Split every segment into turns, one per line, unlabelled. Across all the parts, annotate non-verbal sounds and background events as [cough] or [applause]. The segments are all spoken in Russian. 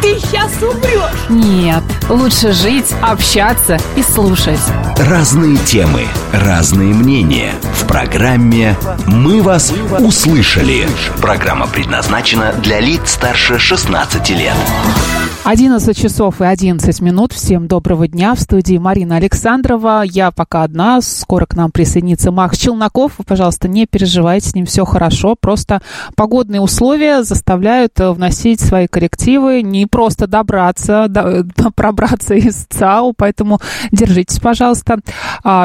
ты сейчас умрешь.
Нет, лучше жить, общаться и слушать.
Разные темы, разные мнения. В программе «Мы вас услышали». Программа предназначена для лиц старше 16 лет.
11 часов и 11 минут. Всем доброго дня. В студии Марина Александрова. Я пока одна. Скоро к нам присоединится Макс Челноков. Вы, пожалуйста, не переживайте, с ним все хорошо. Просто погодные условия заставляют э, вносить свои коррективы. Не просто добраться, до- [laughs] пробраться из ЦАУ, поэтому держитесь, пожалуйста.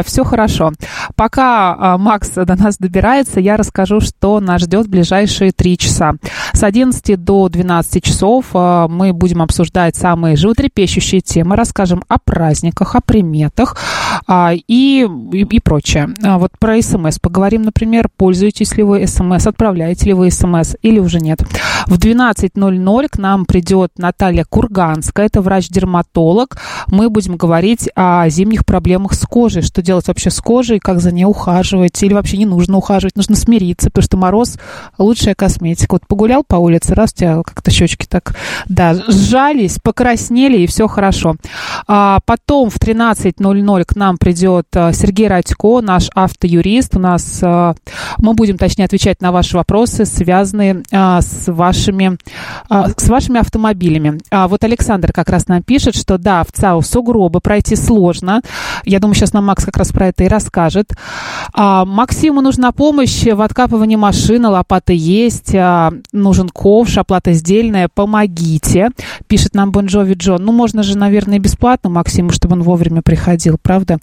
все хорошо. Пока а, Макс до нас добирается, я расскажу, что нас ждет в ближайшие три часа. С 11 до 12 часов а, мы будем обсуждать самые животрепещущие темы, расскажем о праздниках, о приметах а, и, и, и прочее. А, Вот про СМС поговорим, например, пользуетесь ли вы СМС, отправляете ли вы СМС или уже нет. В 12.00 к нам придет Наталья Курганская, это врач-дерматолог. Мы будем говорить о зимних проблемах с кожей, что делать вообще с кожей, как за ней ухаживать, или вообще не нужно ухаживать, нужно смириться, потому что мороз – лучшая косметика. Вот погулял по улице, раз у тебя как-то щечки так, да, сжались, покраснели, и все хорошо. А потом в 13.00 к нам придет а, Сергей Радько, наш автоюрист. У нас а, мы будем, точнее, отвечать на ваши вопросы, связанные а, с вашими, а, с вашими автомобилями. А вот Александр как раз нам пишет, что да, в ЦАУ сугробы пройти сложно. Я думаю, сейчас нам Макс как раз про это и расскажет. А, Максиму нужна помощь в откапывании машины, лопаты есть, а, нужен ковш, оплата сдельная, помогите, пишет нам Бонжови Джон. Ну, можно же, наверное, и бесплатно Максиму, чтобы он вовремя приходил, правда?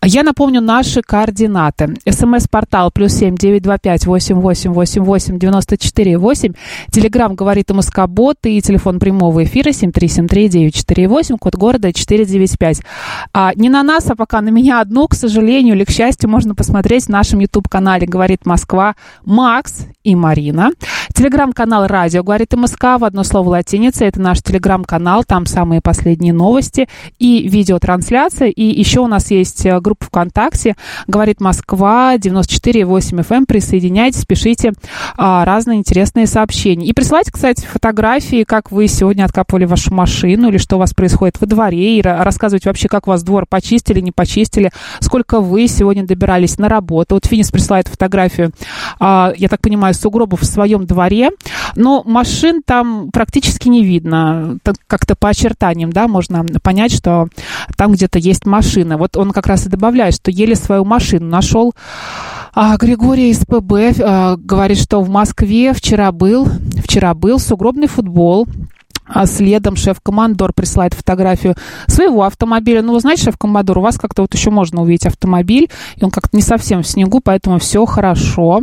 А Я напомню наши координаты. СМС-портал плюс семь девять два пять восемь восемь восемь восемь девяносто четыре восемь. Телеграмм говорит МСК Бот и телефон прямого эфира семь три семь три девять четыре восемь. Код города четыре девять пять. А, не на нас, а пока на меня одну, к сожалению или к счастью, можно посмотреть в нашем YouTube-канале «Говорит Москва» Макс и Марина. Телеграм-канал «Радио говорит МСК» в одно слово латиница. Это наш телеграм-канал, там самые последние новости и видеотрансляция. И еще у нас есть э, группа ВКонтакте «Говорит Москва» 94,8 FM. эм. Присоединяйтесь, пишите а, разные интересные сообщения. И присылайте, кстати, фотографии, как вы сегодня откапывали вашу машину или что у вас происходит во дворе, и ра- рассказывайте вообще, как у вас двор почистили, не почистили, сколько вы сегодня добирались на работу. Вот Финис присылает фотографию, а, я так понимаю, сугробов в своем дворе, но машин там практически не видно. Так Как-то по очертаниям, да, можно понять, что там где-то есть машина. Вот он как раз и добавляет, что еле свою машину нашел. А, Григорий из ПБ а, говорит, что в Москве вчера был, вчера был сугробный футбол. А следом шеф-командор присылает фотографию своего автомобиля. Ну, вы знаете, шеф-командор, у вас как-то вот еще можно увидеть автомобиль, и он как-то не совсем в снегу, поэтому все хорошо.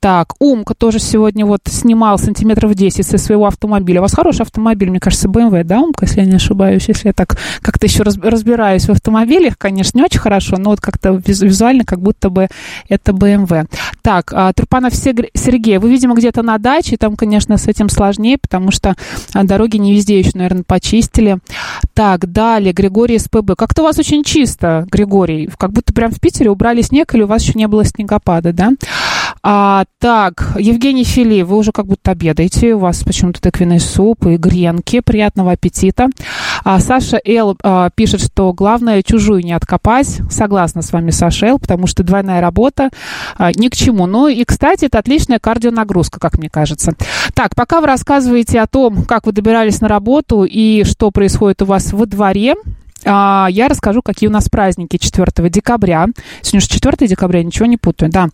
Так, Умка тоже сегодня вот снимал сантиметров 10 со своего автомобиля. У вас хороший автомобиль, мне кажется, BMW, да, Умка, если я не ошибаюсь, если я так как-то еще раз- разбираюсь в автомобилях, конечно, не очень хорошо, но вот как-то виз- визуально как будто бы это эм BMW. Так, а, Трупанов Сегр- Сергей, вы, видимо, где-то на даче, там, конечно, с этим сложнее, потому что а, дороги не везде еще, наверное, почистили. Так, далее, Григорий из ПБ. Как-то у вас очень чисто, Григорий, как будто прям в Питере убрали снег, или у вас еще не было снегопада, да? А, так, Евгений Фили, вы уже как будто обедаете, у вас почему-то тыквенный суп и гренки, приятного аппетита. А, Саша Эл а, пишет, что главное чужую не откопать, согласна с вами, Саша Эл, потому что двойная работа а, ни к чему. Ну и, кстати, это отличная кардионагрузка, как мне кажется. Так, пока вы рассказываете о том, как вы добирались на работу и что происходит у вас во дворе, а, я расскажу, какие у нас праздники 4 декабря. Сегодня же 4 декабря, ничего не путаю, да.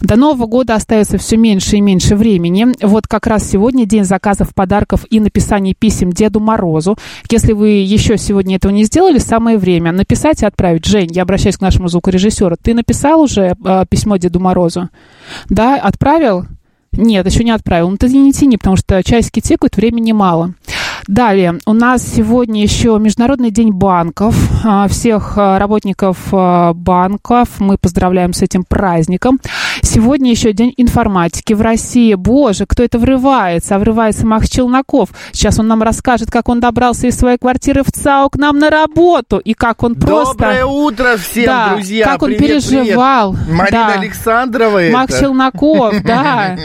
До Нового года остается все меньше и меньше времени. Вот как раз сегодня день заказов подарков и написания писем Деду Морозу. Если вы еще сегодня этого не сделали, самое время написать и отправить. Жень, я обращаюсь к нашему звукорежиссеру. Ты написал уже э, письмо Деду Морозу? Да, отправил? Нет, еще не отправил. Ну, ты не тяни, потому что часики тикают, времени мало. Далее, у нас сегодня еще Международный день банков. А, Всех а, работников а, банков мы поздравляем с этим праздником. Сегодня еще День информатики в России. Боже, кто это врывается? А врывается Макс Челноков. Сейчас он нам расскажет, как он добрался из своей квартиры в ЦАО к нам на работу. И как он
Доброе
просто...
утро всем,
Да,
друзья!
как он
Привет, привет.
переживал.
Марина
Да.
Александрова
Макс
это.
Челноков,
[laughs]
да,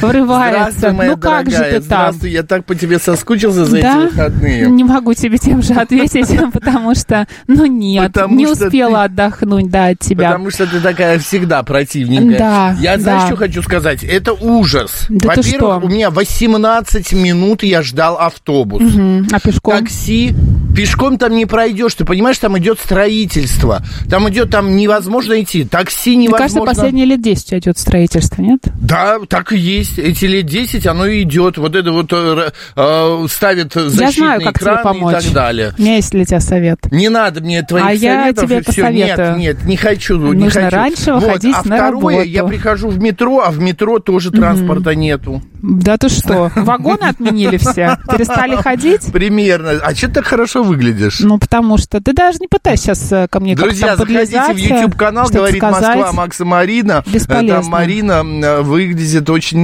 врывается.
Здравствуй, моя
Ну как же
дорогая.
ты там?
Здравствуй, я так по тебе соскучился за
Да?
эти выходные.
Не могу тебе тем же ответить, [laughs] потому что, ну нет,
Потому
не
что
успела
ты-
отдохнуть, да, от тебя.
Потому что ты такая всегда противненькая.
Да,
я знаешь,
да.
что хочу сказать? Это ужас.
Да ты
Во-первых,
что?
у меня 18 минут я ждал автобус.
М, А пешком?
такси. Пешком там не пройдешь, ты понимаешь, там идет строительство. Там идет, там невозможно идти. Такси
Мне
невозможно.
кажется, последние лет 10 идет строительство, нет?
Да, так и есть. Эти лет 10 оно и идет. Вот это вот э, р- э, ставит защитный
Я знаю, как тебе
экран
помочь.
и так далее.
У меня есть для тебя совет.
Не надо мне твоих
А я
советов
тебе
и все. Нет,
посоветую.
нет, не хочу. не
Нужно
хочу.
раньше
Вот,
выходить
а
на
второе,
работу.
я прихожу в метро, а в метро тоже транспорта нету.
Да ты что, вагоны отменили все? Перестали ходить?
Примерно. А что ты так хорошо выглядишь?
Ну, потому что ты даже не пытайся сейчас э, ко мне
Друзья,
как-то
заходите
подлезать, э,
в YouTube канал,
что-то
говорит
сказать.
Москва, Макса Марина. Э,
Бесполезно.
Там Марина м, э, выглядит очень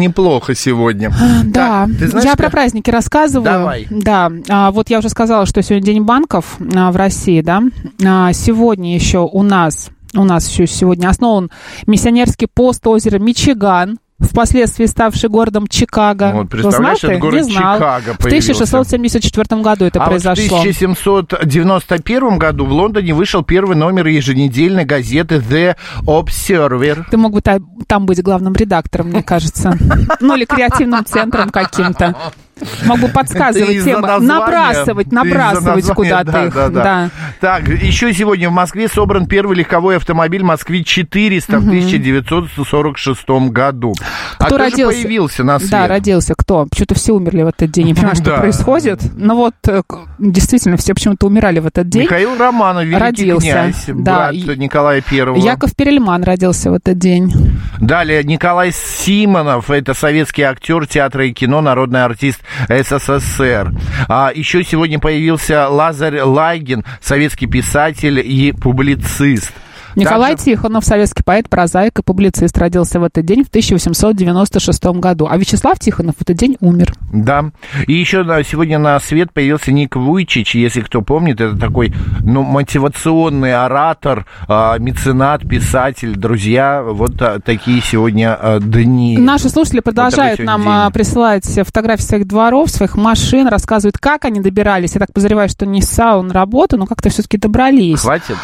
[laughs]
неплохо сегодня.
А, Да,
Так, ты знаешь,
я
как-
про праздники рассказываю.
Давай.
Да, а, вот я уже сказала, что сегодня день банков а, в России, да. А, сегодня еще у нас, у нас еще сегодня основан миссионерский пост озера Мичиган, впоследствии ставший городом Чикаго.
Вот,
Ты
представляешь,
знал
этот
ты?
город
Не знал.
Чикаго
В 1674 году это
а
произошло.
вот в 1791 году в Лондоне вышел первый номер еженедельной газеты The Observer.
Ты мог бы та- там быть главным редактором, мне кажется. Ну, или креативным центром каким-то. Мог бы
Ты
подсказывать
из-за
темы.
названия-
Набрасывать,
ты из-за
набрасывать
названия,
куда-то
да,
их.
да, да.
Да.
Так, еще сегодня в Москве собран первый легковой автомобиль «Москвич-400» в 1946 году. а кто же появился на свет?
Да, родился кто? Почему-то все умерли в этот день. Я не понимаю, что
Да.
происходит. Но вот э, к- действительно, все почему-то умирали в этот день.
Михаил Романов, великий
родился,
князь,
да,
брат
и-
Николая Первого.
Яков Перельман родился в этот день.
Далее Николай Симонов, это советский актер театра и кино, народный артист СССР. А еще сегодня появился Лазарь Лагин, советский писатель и публицист.
Николай
Также-
Тихонов, советский поэт, прозаик и публицист, родился в этот день в 1896 году. А Вячеслав Тихонов в этот день умер.
Да. И еще на- сегодня на свет появился Ник Вуйчич, если кто помнит, это такой ну, мотивационный оратор, а, меценат, писатель, друзья. Вот а, такие сегодня а, дни.
Наши слушатели продолжают
такой
нам
сегодня день.
а, присылать фотографии своих дворов, своих машин, рассказывают, как они добирались. Я так подозреваю, что не сау на работу, но как-то все-таки добрались.
Хватит?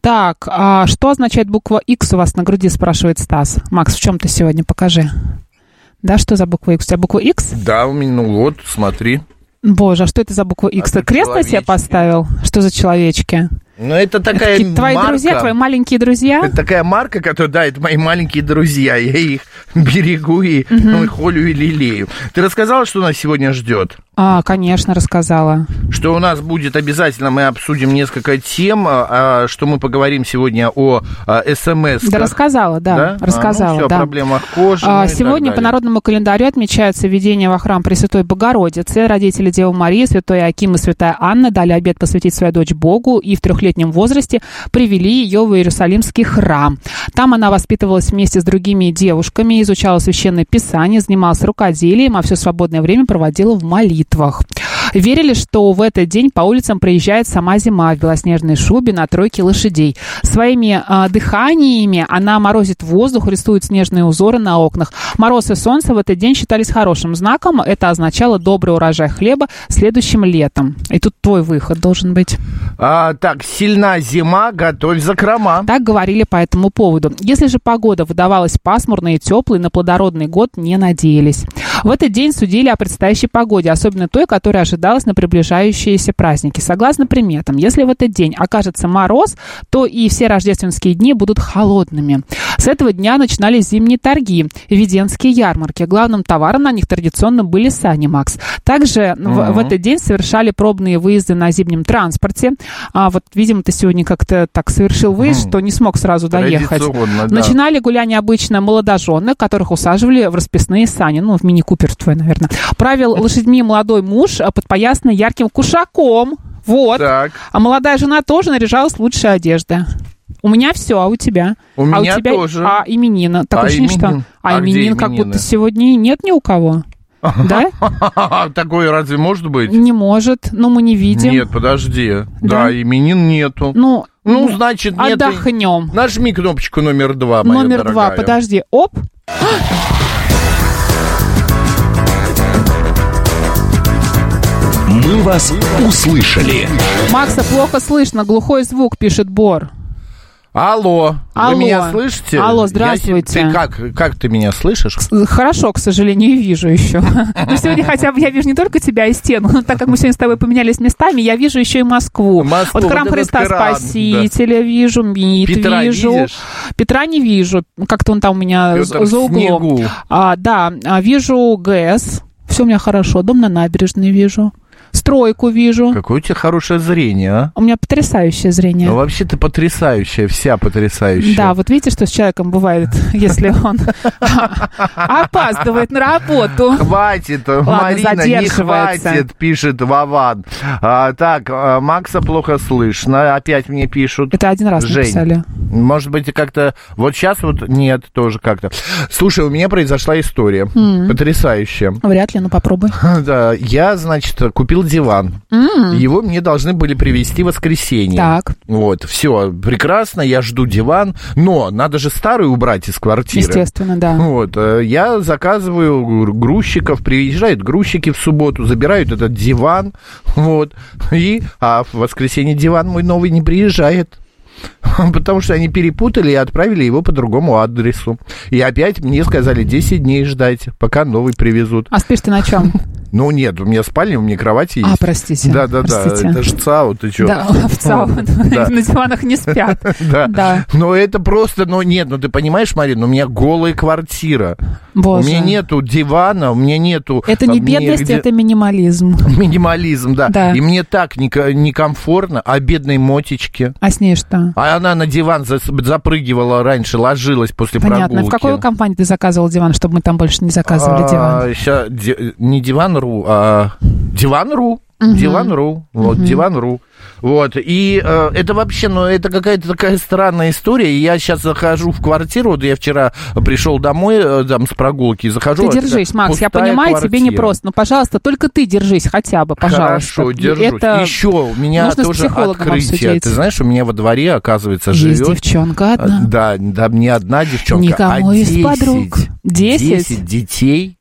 Так, а что означает буква X у вас на груди, спрашивает Стас. Макс, в чем ты сегодня? Покажи. Да, что за буква X? У тебя буква X?
Да, у меня, ну вот, смотри.
Боже, а что это за буква X?
А
ты
это
крест на себе
человечки.
поставил? Что за человечки?
Ну, это такая
Какие-то твои
марка.
друзья, твои маленькие друзья?
Это такая марка, которая, да, это мои маленькие друзья. Я их берегу и ну, и холю и лелею. Ты рассказала, что нас сегодня ждет?
А, конечно, рассказала.
Что у нас будет обязательно, мы обсудим несколько тем, а, а, что мы поговорим сегодня о СМС.
Да рассказала, да, рассказала,
а, ну, всё,
да.
о проблемах кожи.
А,
ну, и так
Сегодня по
далее.
народному календарю отмечается введение во храм Пресвятой Богородицы. Родители Девы Марии, Святой Аким и Святая Анна дали обед посвятить свою дочь Богу и в трехлетнем возрасте привели ее в Иерусалимский храм. Там она воспитывалась вместе с другими девушками, изучала священное писание, занималась рукоделием, а все свободное время проводила в молитвах. Верили, что в этот день по улицам проезжает сама зима в белоснежной шубе на тройке лошадей. Своими а, дыханиями она морозит воздух, рисует снежные узоры на окнах. Мороз и солнце в этот день считались хорошим знаком. Это означало добрый урожай хлеба следующим летом. И тут твой выход должен быть.
А, так, сильна зима, готовь закрома.
Так говорили по этому поводу. Если же погода выдавалась пасмурной и теплой, на плодородный год не надеялись. В этот день судили о предстоящей погоде, особенно той, которая ожидалась на приближающиеся праздники. Согласно приметам, если в этот день окажется мороз, то и все рождественские дни будут холодными. С этого дня начинались зимние торги, веденские ярмарки. Главным товаром на них традиционно были сани, Макс. Также в- в, этот день совершали пробные выезды на зимнем транспорте. А вот, видимо, ты сегодня как-то так совершил выезд, что не смог сразу доехать.
Традиционно, да.
Начинали гуляние обычно молодожены, которых усаживали в расписные сани, ну, в мини-купер твой, наверное.
[laughs]
Правил лошадьми молодой муж, а подпоясанный ярким кушаком. Вот.
Так.
А молодая жена тоже наряжалась лучшей одежды. У меня все, а у тебя?
У
а
меня
у тебя
тоже.
А именина. Так
А
ощущение,
именин?
что... А,
А где
именин как
именины?
будто сегодня и нет ни у
[laughs]
кого. Да?
Такое разве может быть?
Не может. Но мы не видим.
Нет, подожди.
Да?
Да, именин нету.
Ну,
Ну, значит, нет. и-
отдохнем.
Нажми кнопочку номер два, моя
Номер два.
дорогая.
Подожди. Оп.
«Мы вас услышали».
Макса плохо слышно. Глухой звук, пишет Бор.
Алло,
Алло.
вы меня слышите?
Алло,
Я се-
здравствуйте.
ты как, как ты меня слышишь?
Хорошо, к сожалению, вижу
[laughs]
еще. Но сегодня хотя бы я вижу не только тебя и стену, но так как мы сегодня с тобой поменялись местами, я вижу еще и Москву.
Москву,
вот
вот
храм
этот
Христа
храм,
Спасителя вижу, МИД
Петра
вижу.
видишь?
Петра не вижу, как-то он там у меня
Петр
за- за
в
углом.
снегу.
А, да, а, вижу ГС, все у меня хорошо, дом на набережной вижу, стройку вижу.
Какое у тебя хорошее зрение, а?
У меня потрясающее зрение.
Ну, вообще ты потрясающая, вся потрясающая.
Да, вот видите, что с человеком бывает, [laughs] если он опаздывает на работу.
Хватит, Марина, не
задерживается.
хватит, пишет Вован. А, так, а, Макса плохо слышно, опять мне пишут.
Это один раз
Жень,
написали.
Может быть, как-то... Вот сейчас вот нет, тоже как-то. Слушай, у меня произошла история. Потрясающая.
Вряд ли, ну попробуй.
[laughs] Хм. Да, я, значит, купил диван. Его мне должны были привезти в воскресенье.
Так.
Вот, все, прекрасно, я жду диван, но надо же старый убрать из квартиры.
Естественно, да.
Вот, э, я заказываю гру- грузчиков, приезжают грузчики в субботу, забирают этот диван, вот, и, а в воскресенье диван мой новый не приезжает. [laughs] Потому что они перепутали и отправили его по другому адресу. И опять мне сказали 10 дней ждать, пока новый привезут.
А спишь ты на
[laughs]
чем?
Ну нет, у меня спальня, у меня кровати
А,
есть.
простите.
Да, да, да.
простите.
Это же ЦАО, ты чё?
Да, [laughs] в ЦАУ.
Да.
На диванах не спят.
[laughs] Да.
Да.
Но это просто, ну нет, ну ты понимаешь, Марина, у меня голая квартира.
Боже.
У меня нету дивана, у меня нету...
Это не
а, мне
бедность,
где-
это минимализм.
Минимализм, да.
Да.
И мне так неко- некомфортно, а бедной мотечке.
А с ней что?
А она на диван зас- запрыгивала раньше, ложилась после
Понятно.
прогулки.
В какой компании ты заказывал диван, чтобы мы там больше не заказывали диван?
Сейчас, А, не диван.ру, а диван.ру. Диван.ру, вот, диван.ру. Вот, и э, это вообще, ну, это какая-то такая странная история. И Я сейчас захожу в квартиру, вот я вчера пришел домой, э, там, с прогулки, захожу.
Ты
а
держись,
такая
Макс, я
пустая
понимаю, тебе
квартира.
непросто. Но, пожалуйста, только ты держись хотя бы, пожалуйста.
Хорошо, держусь.
Это
Еще у меня
нужно с
тоже
психологом
открытие.
обсудить.
Ты знаешь, у меня во дворе, оказывается,
есть
живет...
девчонка
А,
одна.
Да, да, не одна девчонка,
Никому
а
из
10,
подруг. 10?
10 детей.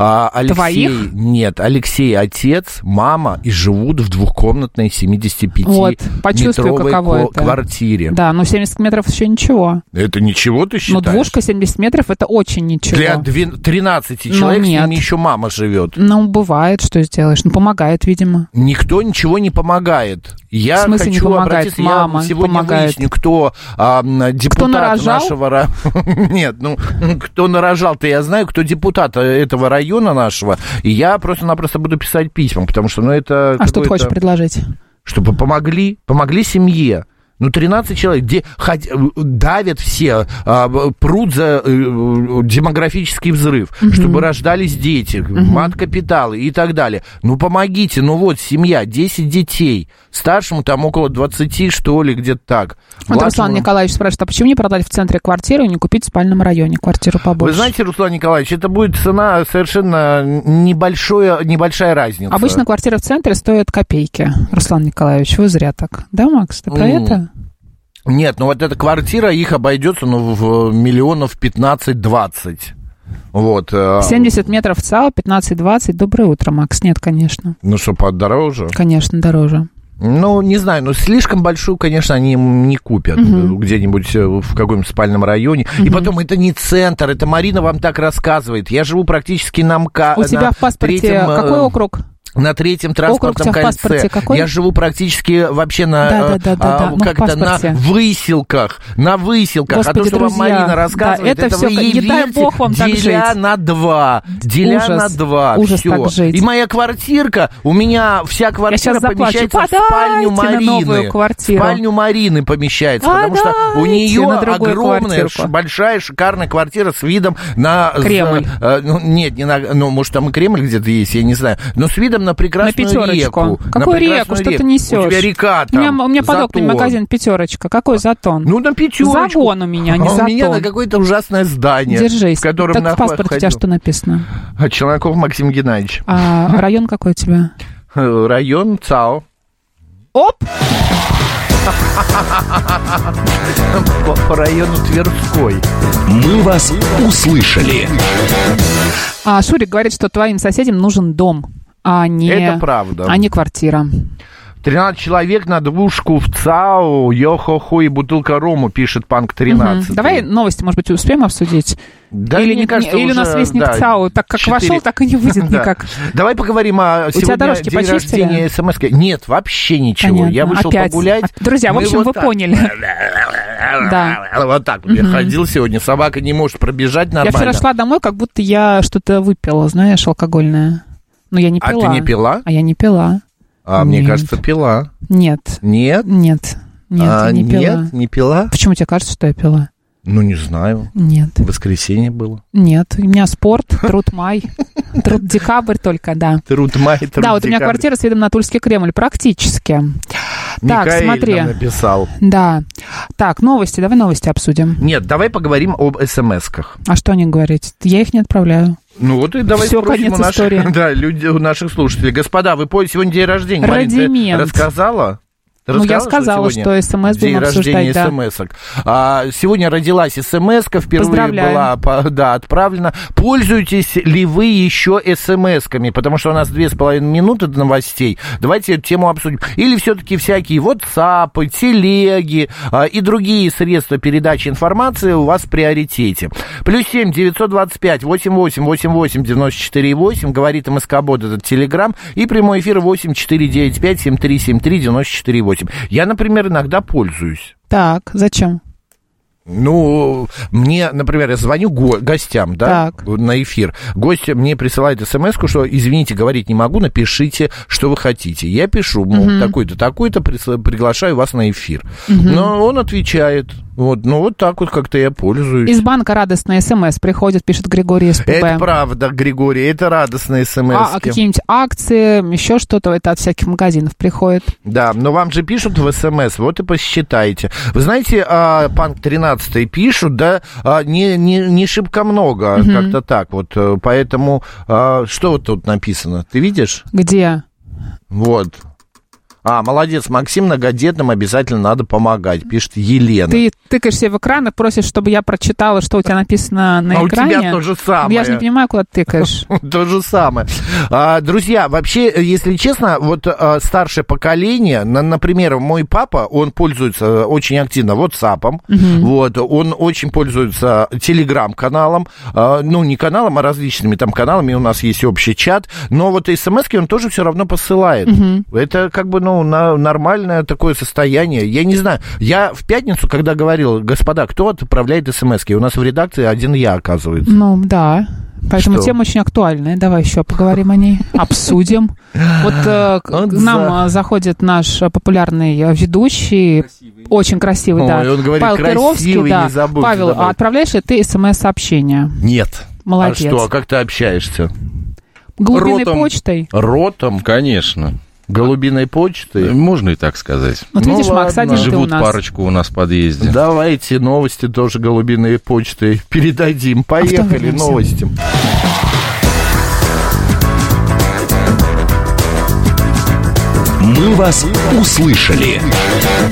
А, Алексей,
Твоих?
Нет, Алексей отец, мама и живут в двухкомнатной 75
Вот, почувствую,
метровой
каково
ко-
это.
квартире.
Да, ну 70 метров еще ничего.
Это ничего ты
Но
считаешь?
двушка 70 метров это очень ничего.
Для двен- 13
Ну,
человек с
нет.
ними еще мама живет.
Ну, бывает, что сделаешь. Ну, помогает, видимо.
Никто ничего не помогает. Я
В смысле не
хочу
помогает?
обратиться,
Мама
я сегодня
помогает.
выясню, кто а, м, депутат
нарожал?
нашего ра- [laughs] Нет, ну кто нарожал-то я знаю, кто депутат э, этого района нашего. И я просто-напросто буду писать письма, потому что ну это
А что ты
какое-то-
хочешь предложить?
Чтобы помогли, помогли семье. Ну, 13 человек, где хоть- э, давят все, а, б- прут за э, э, демографический взрыв, чтобы рождались дети, мат-капиталы и так далее. Ну, помогите, ну вот, семья, 10 детей, старшему там около 20, что ли, где-то так.
Вот Руслан
Младшему-
Николаевич спрашивает, а почему не продать в центре квартиру и не купить в спальном районе квартиру
Вы
побольше?
знаете, Руслан Николаевич, это будет цена совершенно небольшое, небольшая разница.
Обычно квартира в центре стоит копейки, Руслан Николаевич. Вы зря так. Да, Макс, ты про
М.
это?
Нет, ну вот эта квартира их обойдется ну, в миллионов 15-20. Вот. э,
70 метров в ЦАО, 15-20. Доброе утро, Макс. Нет, конечно.
Ну что, подороже?
Конечно, дороже.
Ну, не знаю, но слишком большую, конечно, они не купят э, где-нибудь э, в каком-нибудь спальном районе. И потом, это не центр, это Марина вам так рассказывает. Я живу практически А, на э, МКАД.
У тебя в паспорте какой округ?
на третьем транспортном
у тебя в паспорте
кольце.
какой?
Я живу практически вообще на
Да,
э,
да, да, да,
а,
да. Ну, в
как это на
паспорте.
выселках, на выселках. а то,
Господи,
что вам
друзья,
Марина
да,
рассказывает,
это
вы
всё
ей
как- не дай
верьте,
бог вам так
деля
жить.
на два, деля
Ужас.
на два,
Ужас
все.
так жить.
И моя квартирка, у меня вся квартира
щас заплачу.
помещается в
Подайте
спальню
на
Марины.
новую квартиру.
В спальню Марины помещается, потому что у
Подайте
нее
на другую
огромная,
квартирку.
ш- большая, шикарная квартира с видом на...
Кремль.
Э, ну, нет, не на... Ну, может, там и Кремль где-то есть, я не знаю. Но с видом на прекрасную
на пятерочку.
реку. На
Какую
прекрасную
реку? Что ты несешь?
У тебя река
У
там.
меня, у меня под окнами
затон.
магазин пятерочка. Какой затон?
Ну, на пятерочку.
Загон у меня, не
а
затон.
у меня на какое-то ужасное здание.
Держись.
В котором
так в
нахва-
паспорте у тебя
ходил.
что написано?
А, Челноков Максим Геннадьевич.
А район какой у тебя?
Э, Район ЦАО.
Оп!
По, по району Тверской.
«Мы вас услышали».
А Шурик говорит, что твоим соседям нужен дом, а не,
Это правда.
а не квартира.
13 человек на двушку в ЦАО. Йо-хо-хо и бутылка рому, пишет Панк 13.
Мгм. Давай новости, может быть, успеем обсудить?
Да,
или
мне
не-
кажется,
или у нас
уже,
весь не
да,
к ЦАО. Так как
четыре.
вошел, так и не выйдет
[laughs] Да.
никак.
Давай поговорим о сегодня
дорожки
день
почистили?
рождения смс -ки. Нет, вообще ничего.
Понятно.
Я вышел
Опять.
погулять.
А, друзья, в
ну и
общем,
вот
вы
так.
поняли.
[laughs] Да. Вот так вот я ходил сегодня. Собака не может пробежать
Я
нормально.
вчера шла домой, как будто я что-то выпила, знаешь, алкогольное. Но я не
А
пила.
ты не пила?
А я не пила.
А мне
Нет.
кажется, пила.
Нет,
Нет?
нет, нет,
А,
я не пила.
Нет, не пила?
Почему тебе кажется, что я пила?
Ну, не знаю.
Нет,
Воскресенье было.
нет. У меня
[laughs]
спорт, труд май, труд декабрь только, да.
Труд май, труд
Да, вот у меня
декабрь.
квартира с видом на Тульский Кремль, практически. Так,
Микаэль
смотри.
нам написал.
Да. Так, новости, давай новости обсудим.
Нет, давай поговорим об смс-ках.
А что они говорить? Я их не отправляю.
Ну вот и давай
Всё,
спросим
конец
у наших,
истории.
[laughs] Да, люди, у наших слушателей. Господа, вы по сегодня день рождения. Марин, ты
Радимент.
рассказала? Ты
Ну, я
рассказала,
сказала, что СМС
День
будем
рождения
обсуждать, да.
смс-ок. А, сегодня родилась смс впервые
Поздравляем.
была по- да, отправлена. Пользуетесь ли вы еще смс-ками? Потому что у нас две с половиной минуты до новостей. Давайте эту тему обсудим. Или все-таки всякие WhatsApp, телеги а, и другие средства передачи информации у вас в приоритете. Плюс семь девятьсот двадцать пять восемь восемь восемь восемь девяносто четыре восемь. Говорит МСК Бот, этот телеграм. И прямой эфир восемь четыре девять пять семь три семь три девяносто четыре восемь. Я, например, иногда пользуюсь.
Так, зачем?
Ну, мне, например, я звоню го- гостям, да,
Так.
на эфир. Гость мне присылает смс что, извините, говорить не могу, напишите, что вы хотите. Я пишу, мол, такой-то, такой-то, присла- приглашаю вас на эфир. Но он отвечает. Вот, ну, вот так вот как-то я пользуюсь.
Из банка радостная СМС приходит, пишет Григорий СПБ.
Это правда, Григорий, это радостные смс.
А, а какие-нибудь акции, еще что-то, это от всяких магазинов приходит.
Да, но вам же пишут в СМС, вот и посчитайте. Вы знаете, а, Панк 13 пишут, да, а, не, не, не шибко много, а как-то так вот. э, Поэтому, а, что вот тут написано, ты видишь?
Где?
Вот. А, молодец, Максим, многодетным обязательно надо помогать, пишет Елена.
Ты тыкаешь себе в экран и просишь, чтобы я прочитала, что у тебя написано на
А у тебя
экране.
то же самое.
Я же не понимаю, куда ты тыкаешь.
То же самое. А, друзья, вообще, если честно, вот а, старшее поколение, на- например, мой папа, он пользуется э, очень активно WhatsApp, вот, он очень пользуется телеграм-каналом, а, ну, не каналом, а различными там каналами, у нас есть общий чат, но вот смс он тоже все равно посылает. Это как бы, ну, на- нормальное такое состояние. Я не знаю, я в пятницу, когда говорил, господа, кто отправляет смс у нас в редакции один я, оказывается.
Ну, да. Поэтому
Что?
тема очень актуальная. Давай еще поговорим о ней, обсудим. Вот э, к
Вот
к нам э, заходит наш э, популярный э, ведущий, очень красивый, да.
Ой, он говорит,
Павел
красивый,
Перовский,
не
да.
забудьте
Павел,
добавить.
а отправляешь ли ты СМС-сообщение?
Нет.
Молодец.
А что, а как ты общаешься?
Глубиной
Ротом.
почтой?
Ротом,
Конечно.
голубиной почтой?
Можно и так сказать.
Вот
Ну
видишь, Макс,
ладно.
один ты у
Живут
нас.
парочку у нас в подъезде.
Давайте новости тоже голубиной почтой передадим. Поехали,
вернемся.
новости.
«Мы вас услышали». «Мы вас услышали».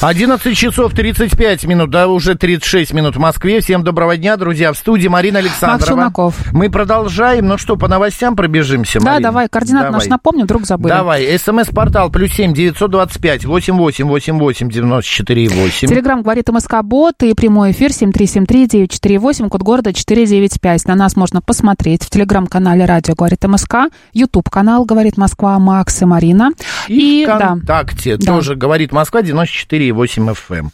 11 часов 35 минут, да, уже 36 минут в Москве. Всем доброго дня, друзья. В студии Марина Александрова.
Челноков.
Мы продолжаем. Ну что, по новостям пробежимся,
Да,
Марина?
давай, координаты
Давай.
наш напомню, вдруг забыли.
Давай, смс-портал плюс семь девятьсот двадцать пять восемь восемь восемь восемь девяносто четыре восемь.
Телеграм говорит МСК Бот и прямой эфир 7373948, код города 495. На нас можно посмотреть в телеграм-канале Радио говорит МСК, Ютуб канал говорит Москва Макс и Марина.
И
да.
ВКонтакте
Да.
тоже говорит Москва 94,8 FM.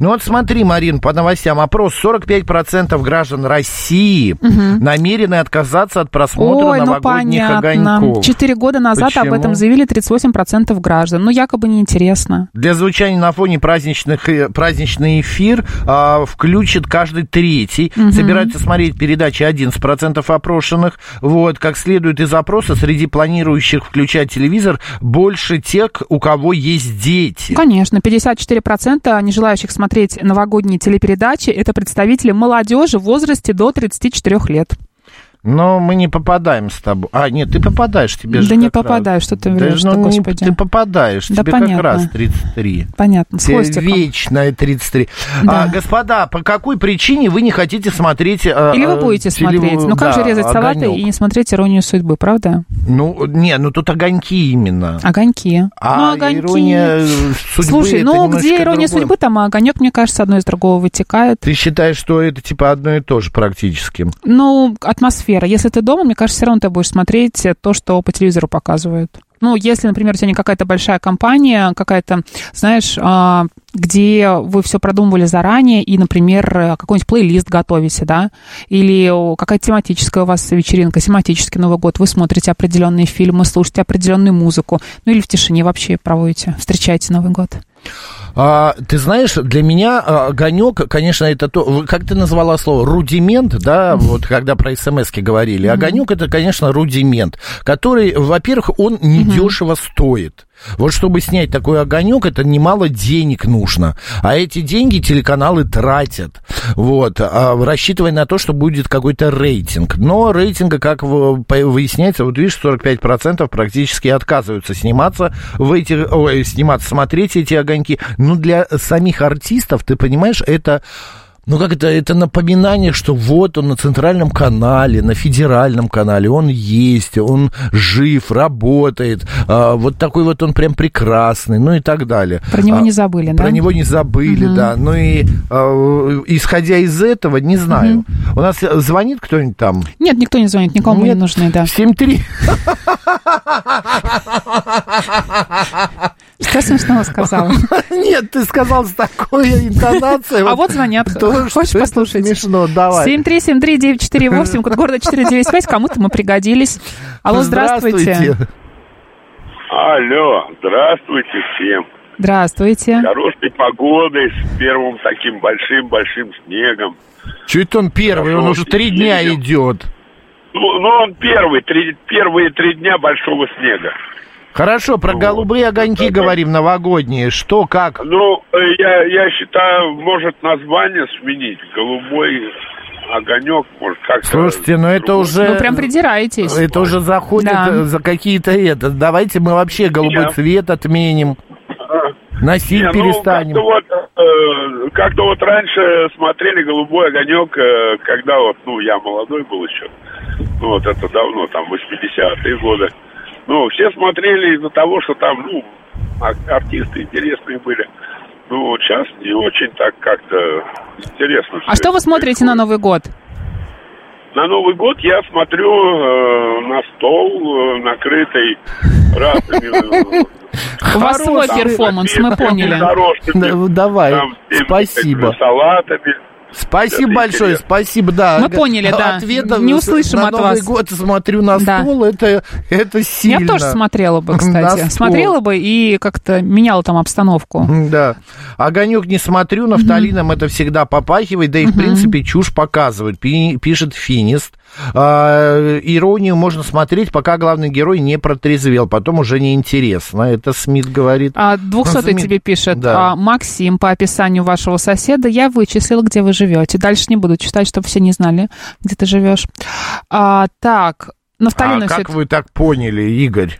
Ну вот смотри, Марин, по новостям опрос. 45% граждан России намерены отказаться от просмотра
Ой, ну
новогодних
понятно.
огоньков.
Четыре года назад об
Почему?
этом заявили 38% граждан. Ну, якобы неинтересно.
Для звучания на фоне праздничных, э, праздничный эфир а, включит каждый третий. Собираются смотреть передачи 11% опрошенных. Вот, как следует из опроса, среди планирующих включать телевизор больше тех, у кого есть дети.
Конечно, 54% нежелающих смотреть новогодние телепередачи – это представители молодежи в возрасте до 34 лет.
Но мы не попадаем с тобой. А, нет, ты попадаешь, тебе
Да
же
не
как раз.
попадаешь, что ты
Да
врешь-то,
ну, не-
господи.
Ты попадаешь,
Да
тебе
понятно.
как раз 33.
Понятно, с
Те-
хвостиком.
Вечная 33.
Да.
А, господа, по какой причине вы не хотите смотреть... э,
Или вы
э,
будете
теле-
смотреть? Ну как
да,
же резать салаты
«Огонек»?
и не смотреть «Иронию судьбы», правда?
Ну, не, ну тут огоньки именно.
Огоньки. ну,
А
огоньки.
ирония э, судьбы
Слушай,
это
ну
немножечко
где «Ирония
другое.
судьбы», там и «Огонек», мне кажется, одно из другого вытекает.
Ты считаешь, что это типа одно и то же практически?
Ну, атмосфера. Если ты дома, мне кажется, все равно ты будешь смотреть то, что по телевизору показывают. Ну, если, например, у тебя не какая-то большая компания, какая-то, знаешь, а, где вы все продумывали заранее, и, например, э, какой-нибудь плейлист готовите, да, или о, какая-то тематическая у вас вечеринка, тематический Новый год, вы смотрите определенные фильмы, слушаете определенную музыку, ну или в тишине вообще проводите, встречаете Новый год.
А, ты знаешь, для меня а, огонек, конечно, это то, вы- как ты назвала слово, рудимент, да, вот когда про смс говорили. Огонек это, конечно, рудимент, который, во-первых, он недешево стоит. Вот чтобы снять такой огонек, это немало денег нужно. А эти деньги телеканалы тратят. Вот, а, рассчитывая на то, что будет какой-то рейтинг. Но рейтинга, как в- по- выясняется, вот видишь, 45% практически отказываются сниматься в эти, ой, сниматься, смотреть эти огоньки. Ну, для самих артистов, ты понимаешь, это... Ну как это, это напоминание, что вот он на центральном канале, на федеральном канале, он есть, он жив, работает, а, вот такой вот он прям прекрасный, ну и так далее.
Про него
А,
не забыли, да?
Про него не забыли, да. Ну и э, исходя из этого, не знаю. У нас э, звонит кто-нибудь там?
Нет, никто не звонит, никому
Нет.
не нужны,
[laughs]
да.
7-3.
Что смешного Эм сказала?
Нет, ты сказал с такой интонацией.
А вот звонят.
то, что
Хочешь
это
послушать?
Смешно, давай.
7373948, код города 495, кому-то мы пригодились. Алло, здравствуйте.
Алло, здравствуйте всем.
Здравствуйте.
Хорошей погоды с первым таким большим-большим снегом.
Чуть это он первый, он уже три дня
Я
идет.
Ну, ну, он первый, три- первые три дня большого снега.
Хорошо, про голубые огоньки говорим, новогодние. Что, как?
Ну, э, я, я считаю, может название сменить. Голубой огонек, может, как-то...
Слушайте, ну это
другое.
уже...
Ну, прям придираетесь.
Это уже заходит
Да.
э, за какие-то это. Давайте мы вообще голубой
Я.
цвет отменим. Носить
Не, ну,
перестанем.
Как-то вот, э, как-то вот раньше смотрели «Голубой огонек», э, когда вот, ну, я молодой был еще. Ну, вот это давно, там, 80-е годы. Ну, все смотрели из-за того, что там, ну, а- артисты интересные были. Ну, вот сейчас не очень так как-то интересно.
А что вы смотрите на Новый год?
На Новый год я смотрю э, на стол, э, накрытый разными... э,
У вас свой
там,
перформанс, мы
напитками
поняли.
дорожками,
Да, давай,
там, с теми,
спасибо.
как бы, Салатами.
Спасибо
Это
большее,
интересно.
спасибо, да.
Мы поняли, да.
Ответа
Не
с-
услышим
на
от
Новый
вас.
год смотрю на
Да.
стол, это, это
Я
сильно.
бы тоже смотрела бы,
На
кстати.
стол.
Смотрела бы и как-то меняла там обстановку.
Да. Огонек не смотрю, нафталином это всегда попахивает, да и, в принципе, чушь показывают, пи- пишет Финист. А, иронию можно смотреть, пока главный герой не протрезвел, потом уже неинтересно. Это Смит говорит.
А, 200
Замет-
тебе пишет.
Да.
а, Максим, по описанию вашего соседа я вычислил, где вы живете. Дальше не буду читать, чтобы все не знали, где ты живешь. А, так,
А
нафталиновщик.
как вы так поняли, Игорь?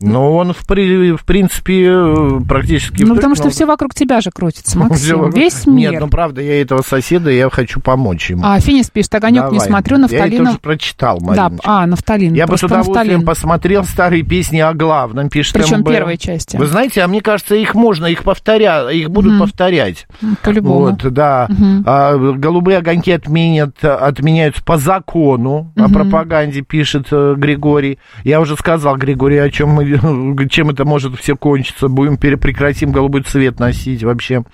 Но Ну, он, в, при- в принципе, э, практически...
Ну,
в
потому что
точно-
все вокруг тебя же крутится,
Ну, Всё
Максим.
вокруг.
Весь
Нет,
мир.
ну, правда, я этого соседа, я хочу помочь ему.
А, Финис пишет, огонек не
Давай.
смотрю,
Я это уже
нафталином...
прочитал,
Да,
Мариночка.
а, нафталин.
Я бы с
просто
удовольствием
нафталин.
посмотрел старые песни о главном, пишет
Причем
МБ.
первой части.
Вы знаете, а мне кажется, их можно, их повторя, их будут повторять.
М, По-любому.
Вот, да. А, голубые огоньки отменят, отменяются по закону о пропаганде, пишет э, Григорий. Я уже сказал, Григорий, о чем мы, [laughs] чем это может все кончиться. Будем пере- прекратим голубой цвет носить вообще.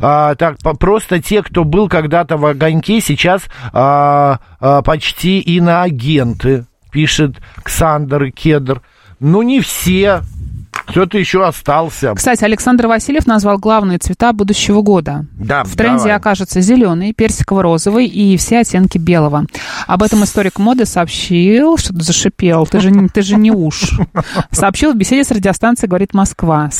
А, так, по- просто те, кто был когда-то в огоньке, сейчас а, а, почти иноагенты, пишет Ксандр Кедр. Ну, не все. Кто-то еще остался.
Кстати, Александр Васильев назвал главные цвета будущего года.
Да,
В тренде
давай.
окажется зеленый, персиково-розовый и все оттенки белого. Об этом историк моды сообщил, что ты зашипел, ты же, не- ты же не
[laughs]
уж. Сообщил в беседе с радиостанцией «Говорит Москва».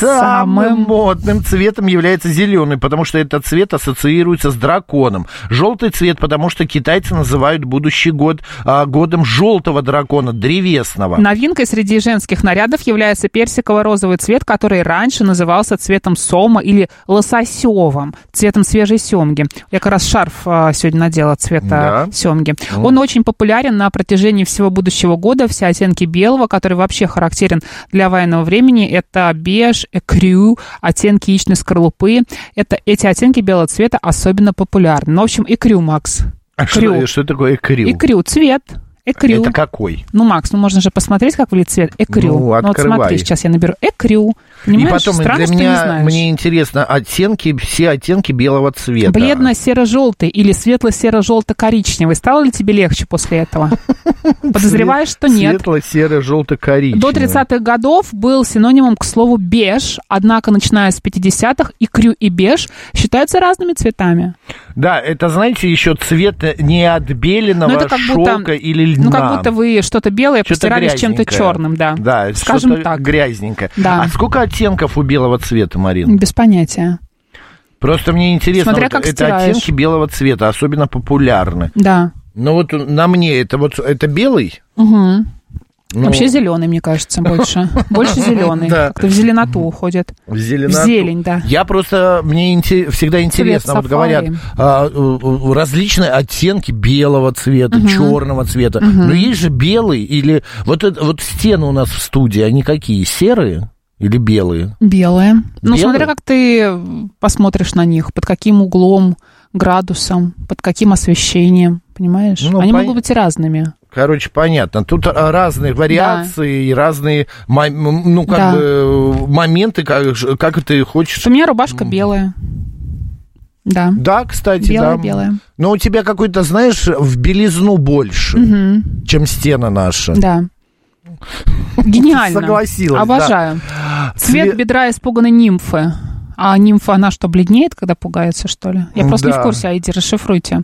Самым модным цветом является зеленый, потому что этот цвет ассоциируется с драконом. Желтый цвет, потому что китайцы называют будущий год а, годом желтого дракона, древесного.
Новинкой среди женских нарядов является персиково-розовый цвет, который раньше назывался цветом сома или лососевым, цветом свежей семги. Я как раз шарф а, сегодня надела цвета
Да. Ну.
семги. Он очень популярен на протяжении всего будущего года. Все оттенки белого, который вообще характерен для военного времени, это беж, экрю, оттенки яичной скорлупы. Это, эти оттенки белого цвета особенно популярны. Ну, в общем, экрю, Макс.
А
крю.
Что, что такое крю?
Экрю, цвет. Экрю.
Это какой?
Ну, Макс, ну можно же посмотреть, как выглядит цвет. Экрю.
Ну,
вот
открывай.
смотри, сейчас я наберу экрю.
И
Понимаешь,
потом
странно,
для
что не
меня
знаешь.
мне интересно оттенки, все оттенки белого цвета.
Бледно-серо-желтый или светло-серо-желто-коричневый. Стало ли тебе легче после
[laughs]
этого? Подозреваешь, что нет.
Светло-серо-желто-коричневый.
До 30-х годов был синонимом к слову «беж», однако, начиная с 50-х, и крю, и беж считаются разными цветами.
Да, это, знаете, еще цвет не отбеленного
Ну, это как будто-
шелка или льна.
Ну, как будто вы что-то белое
Что-то
постирали с чем-то
грязненькое.
черным, да.
Да,
Скажем
что-то
так.
грязненькое.
Да.
А сколько оттенков у белого цвета, Марин?
Без понятия.
Просто мне интересно,
Смотря
вот
как
это
стираешь.
оттенки белого цвета, особенно популярны.
Да.
Ну вот на мне это вот это белый?
Угу.
Ну,
Вообще зеленый, мне кажется,
[laughs]
больше. Больше зеленый.
Да.
Как-то в зеленоту уходит.
в зеленоту.
в зелень, да.
Я просто, мне инте- всегда интересно, вот
сафари.
говорят, а, э, э, различные оттенки белого цвета, черного цвета. Но есть же белый или... Вот, это, вот стены у нас в студии, они какие, серые или белые?
Белое. Ну,
Белое?
смотря как ты посмотришь на них, под каким углом, градусом, под каким освещением, понимаешь?
Ну,
Они
пон-
могут быть разными.
Короче, понятно. Тут а, разные вариации и разные, мо- м, ну, как
Да.
бы, э, моменты, как, ж- как ты хочешь.
У меня рубашка белая. Да.
Да, кстати, да.
Белая-белая.
Но у тебя какой-то, знаешь, в белизну больше, чем стена наша.
Да.
[laughs]
Гениально.
Согласилась, да.
Обожаю. Цвет
Цве-
бедра испуганной нимфы. А нимфа, она что, бледнеет, когда пугается, что ли? Я просто не
Да.
в курсе, Айди, расшифруйте.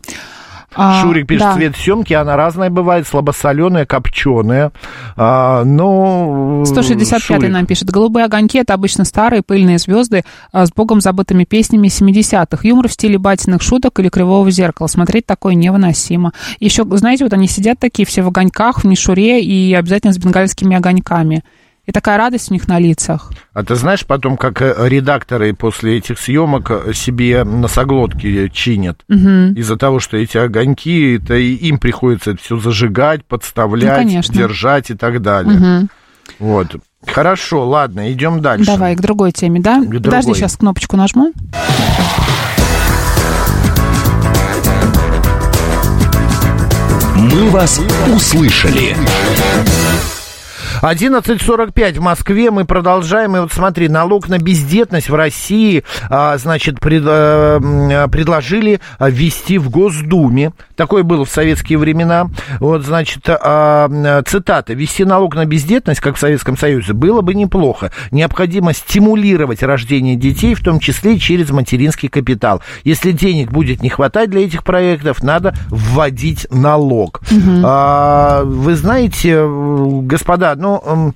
А,
Шурик пишет,
да.
цвет съемки, она разная бывает, слабосоленая, копченая. А, ну,
165-й
Шурик,
нам пишет. Голубые огоньки — это обычно старые пыльные звезды а, с богом забытыми песнями 70-х. Юмор в стиле батиных шуток или кривого зеркала. Смотреть такое невыносимо. Еще, знаете, вот они сидят такие все в огоньках, в мишуре и обязательно с бенгальскими огоньками. И такая радость у них на лицах.
А ты знаешь потом, как э, редакторы после этих съемок э, себе носоглотки э, чинят? Из-за того, что эти огоньки, это и им приходится это все зажигать, подставлять,
Ну, конечно.
держать и так далее. Вот. Хорошо, ладно, идем дальше.
Давай, к другой теме, да?
другой.
Подожди, сейчас кнопочку нажму.
«Мы вас услышали».
11.45 в Москве. Мы продолжаем. И вот смотри, налог на бездетность в России, а, значит, пред- э, м, э, предложили а, ввести в Госдуме. Такое было в советские времена. Вот, значит, а, м, э, цитата. «Вести налог на бездетность, как в Советском Союзе, было бы неплохо. Необходимо стимулировать рождение детей, в том числе через материнский капитал. Если денег будет не хватать для этих проектов, надо вводить налог». А, вы знаете, э, господа, ну... эм,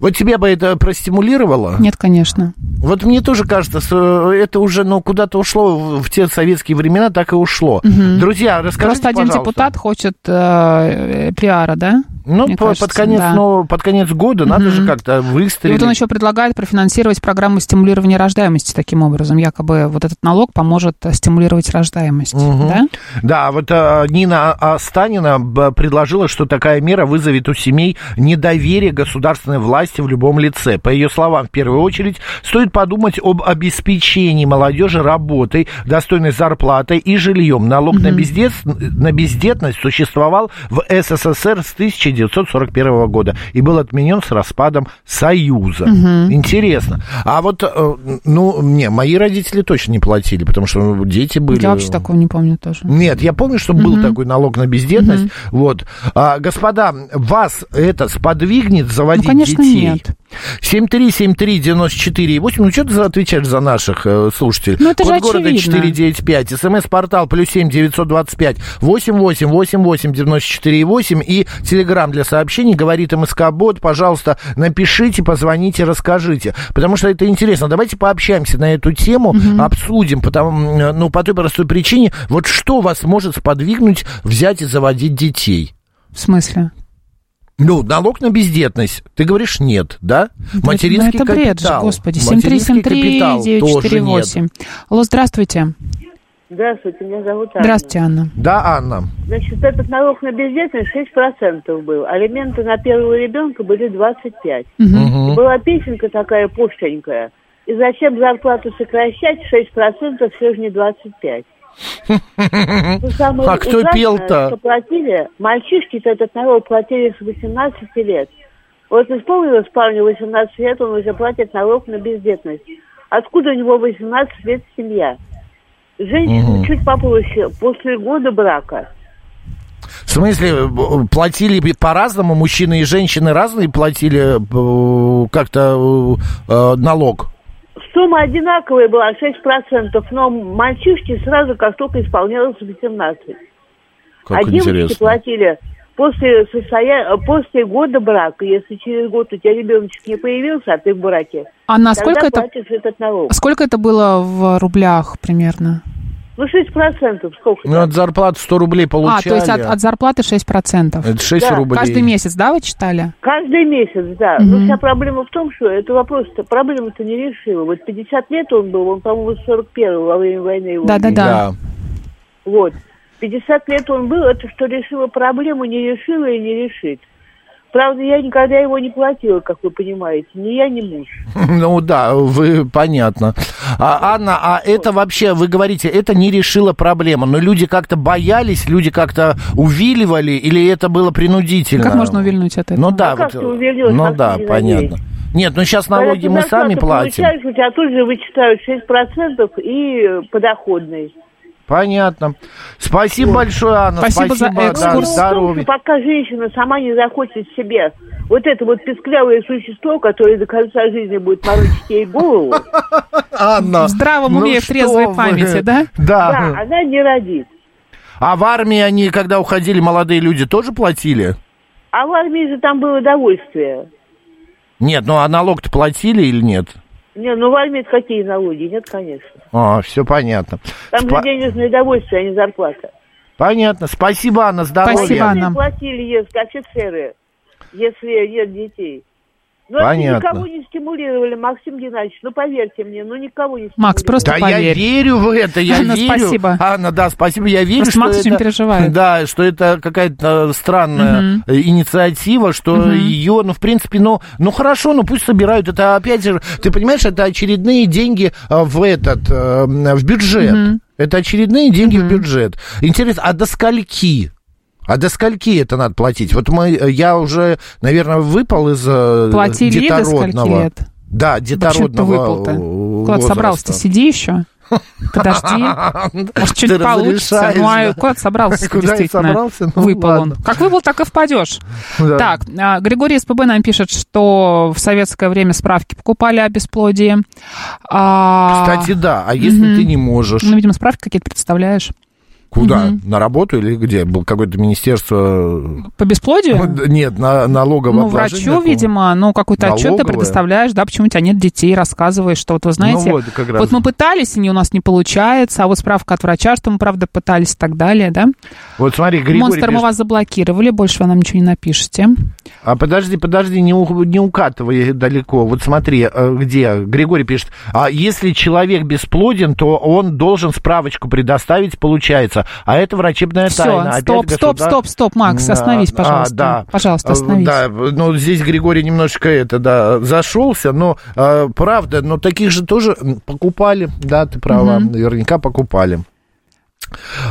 Вот тебя бы это простимулировало?
Нет, конечно.
Вот мне тоже кажется, что это уже ну, куда-то ушло в- в те советские времена, так и ушло. Друзья, расскажите,
Просто один
пожалуйста.
депутат хочет э, э, пиара, да?
Ну,
Мне
по- под,
кажется,
конец,
да.
нового- под конец года надо же как-то
И
выстрелить.
вот он еще предлагает профинансировать программу стимулирования рождаемости таким образом. Якобы вот этот налог поможет э, стимулировать рождаемость. Да?
Да, вот э, Нина Станина б- предложила, что такая мера вызовет у семей недоверие государственной власти в любом лице. По ее словам, в первую очередь, стоит подумать об обеспечении молодежи работой, достойной зарплатой и жильем. Налог на, бездет- на бездетность существовал в СССР с 1941 года и был отменен с распадом Союза. Интересно. А вот, э, ну, мне, мои родители точно не платили, потому что ну, дети были...
Я вообще такого не помню тоже.
Нет, я помню, что был такой налог на бездетность. Вот. А, господа, вас это сподвигнет заводить
Ну, конечно, нет.
детей? 7373948. Ну, что ты за- отвечаешь за наших э, слушателей?
Ну, это
Код
же
города
очевидно.
495. СМС-портал плюс 7 925 8888 948. И телеграм для сообщений говорит МСК-бот. Пожалуйста, напишите, позвоните, расскажите. Потому что это интересно. Давайте пообщаемся на эту тему, обсудим. Потому, э, ну, по той простой причине, вот что вас может сподвигнуть взять и заводить детей?
В смысле?
Ну, налог на бездетность. Ты говоришь нет, да?
Ну, это- ну,
Материнский
это бред
капитал.
же, господи.
Материнский капитал тоже нет.
7373948. Алло, здравствуйте.
Здравствуйте, меня зовут Анна.
Здравствуйте, Анна.
Да, Анна.
Значит, этот налог на бездетность 6% был. Алименты на первого ребенка были 25.
Мгм.
Была песенка такая пустенькая. И зачем зарплату сокращать 6%, все же не
[laughs]
25. Ну, самое
А кто
ужасное,
пел-то?
что платили, мальчишки-то этот налог платили с 18 лет. Вот исполнилось парню 18 лет, он уже платит налог на бездетность. Откуда у него 18 лет семья? Женщина чуть попроще, после года брака.
В смысле, б- платили бы по-разному, мужчины и женщины разные платили э, как-то э, налог?
Сумма одинаковая была, 6%, но мальчишки сразу, как только исполнялось 18.
Как
а девочки
интересно.
платили после, состоя... после года брака, если через год у тебя ребеночек не появился, а ты в браке,
Анна, а
тогда
сколько это,
платишь этот налог.
сколько это было в рублях примерно?
Ну, 6% сколько?
Ну, от зарплаты 100 рублей
А,
получали. Э,
то есть от, от зарплаты 6%.
Это 6
Да,
рублей.
Каждый месяц, да, вы читали?
Каждый месяц, да. Но вся проблема в том, что это вопрос-то, проблема-то не решила. Вот 50 лет он был, он, по-моему, с 41 во время войны его
Да, да,
убили.
да.
Да. [laughs]
Вот. 50 лет он был, это что решила проблему, не решила и не решит. Правда, я никогда его не платила, как вы понимаете. Ни я, ни муж.
Ну да, вы понятно. А, Анна, а это вообще, вы говорите, это не решило проблему, но люди как-то боялись, люди как-то увиливали, или это было принудительно?
Ну Как можно увильнуть от этого?
Ну да,
Ну, как
вот,
ты увильнешь,
ну
как
да,
ты не
понятно.
надеешься?
Нет, ну сейчас налоги мы сами платим.
Получаешь, у тебя тут же вычитают 6% и э, подоходный.
Понятно. Спасибо большое, Анна.
Спасибо за
да,
экскурс.
Ну,
здоровья.
Пока женщина сама не захочет себе вот это вот песклявое существо, которое до конца жизни будет морочить ей
[laughs]
голову,
Анна.
В здравом
ну
уме, и в
что
трезвой
вы.
памяти, да?
да,
Да.
она не родит.
А в армии они, когда уходили, молодые люди тоже платили?
А в армии же там было довольствие.
Нет, ну а налог-то платили или нет?
Не, ну в армии какие налоги? Нет, конечно.
А, все понятно.
Там
Спа-
же денежное довольствие, а не зарплата.
Понятно. Спасибо, Анна, здоровья.
Спасибо,
Они
Анна.
платили, если офицеры, если нет детей. Ну,
Понятно.
это никого не стимулировали, Максим Геннадьевич. Ну, поверьте мне, ну, никого не стимулировали.
Макс, просто
Да я
поверь.
верю в это, я
Анна,
верю.
спасибо.
Анна, да, спасибо, я верю,
Просто
что
Макс
это...
очень переживает.
Да, что это какая-то странная э, инициатива, что ее, ну, в принципе, ну, ну, хорошо, ну, пусть собирают. Это, опять же, ты понимаешь, это очередные деньги э, в этот, э, в бюджет. Это очередные деньги в бюджет. Интересно, а до скольки? А до скольки это надо платить? Вот мы, э, я уже, наверное, выпал из э,
Платили до скольки
детородного.
лет?
Да,
Вообще ты
детородного
выпал-то.
э,
Куда ты
возраста.
собрался-то? Сиди
[laughs]
еще. Подожди. Может,
Ты
что-нибудь получится.
разрешаешь,
Ну, а
да?
куда ты собрался
А, ну Куда я
действительно?
собрался? Ну,
выпал
ладно. Ну
он. Как выпал, так и впадешь.
Да.
Так, а, Григорий СПБ нам пишет, что в советское время справки покупали о бесплодии. А,
Кстати, да. А если ты не можешь?
Ну, видимо, справки какие-то представляешь.
Куда? На работу или где? Был какое-то министерство...
По бесплодию?
Нет, на, налоговое
Ну,
обложение
врачу,
такого.
видимо, ну, какой-то отчет ты
Налоговая. Ну
предоставляешь, да, почему у тебя нет детей, рассказываешь, что вот вы знаете,
вот, как раз.
мы пытались, и не- у нас не получается, а вот справка от врача, что мы, правда, пытались и так далее, да.
Вот смотри, Григорий
Монстр, мы
пишет,
вас заблокировали, больше вы нам ничего не напишете.
А подожди, подожди, не, у- не укатывай далеко. Вот смотри, э, где Григорий пишет, а если человек бесплоден, то он должен справочку предоставить, получается. А это врачебная
Всё,
тайна. Опять
стоп, стоп,
государ-
стоп, стоп, Макс,
Да,
остановись,
а,
пожалуйста.
да.
Пожалуйста,
Э,
остановись.
Да, ну здесь Григорий немножечко это, да, зашелся, но э, правда, но таких же тоже м, покупали, да, ты права,
Мгм.
наверняка покупали.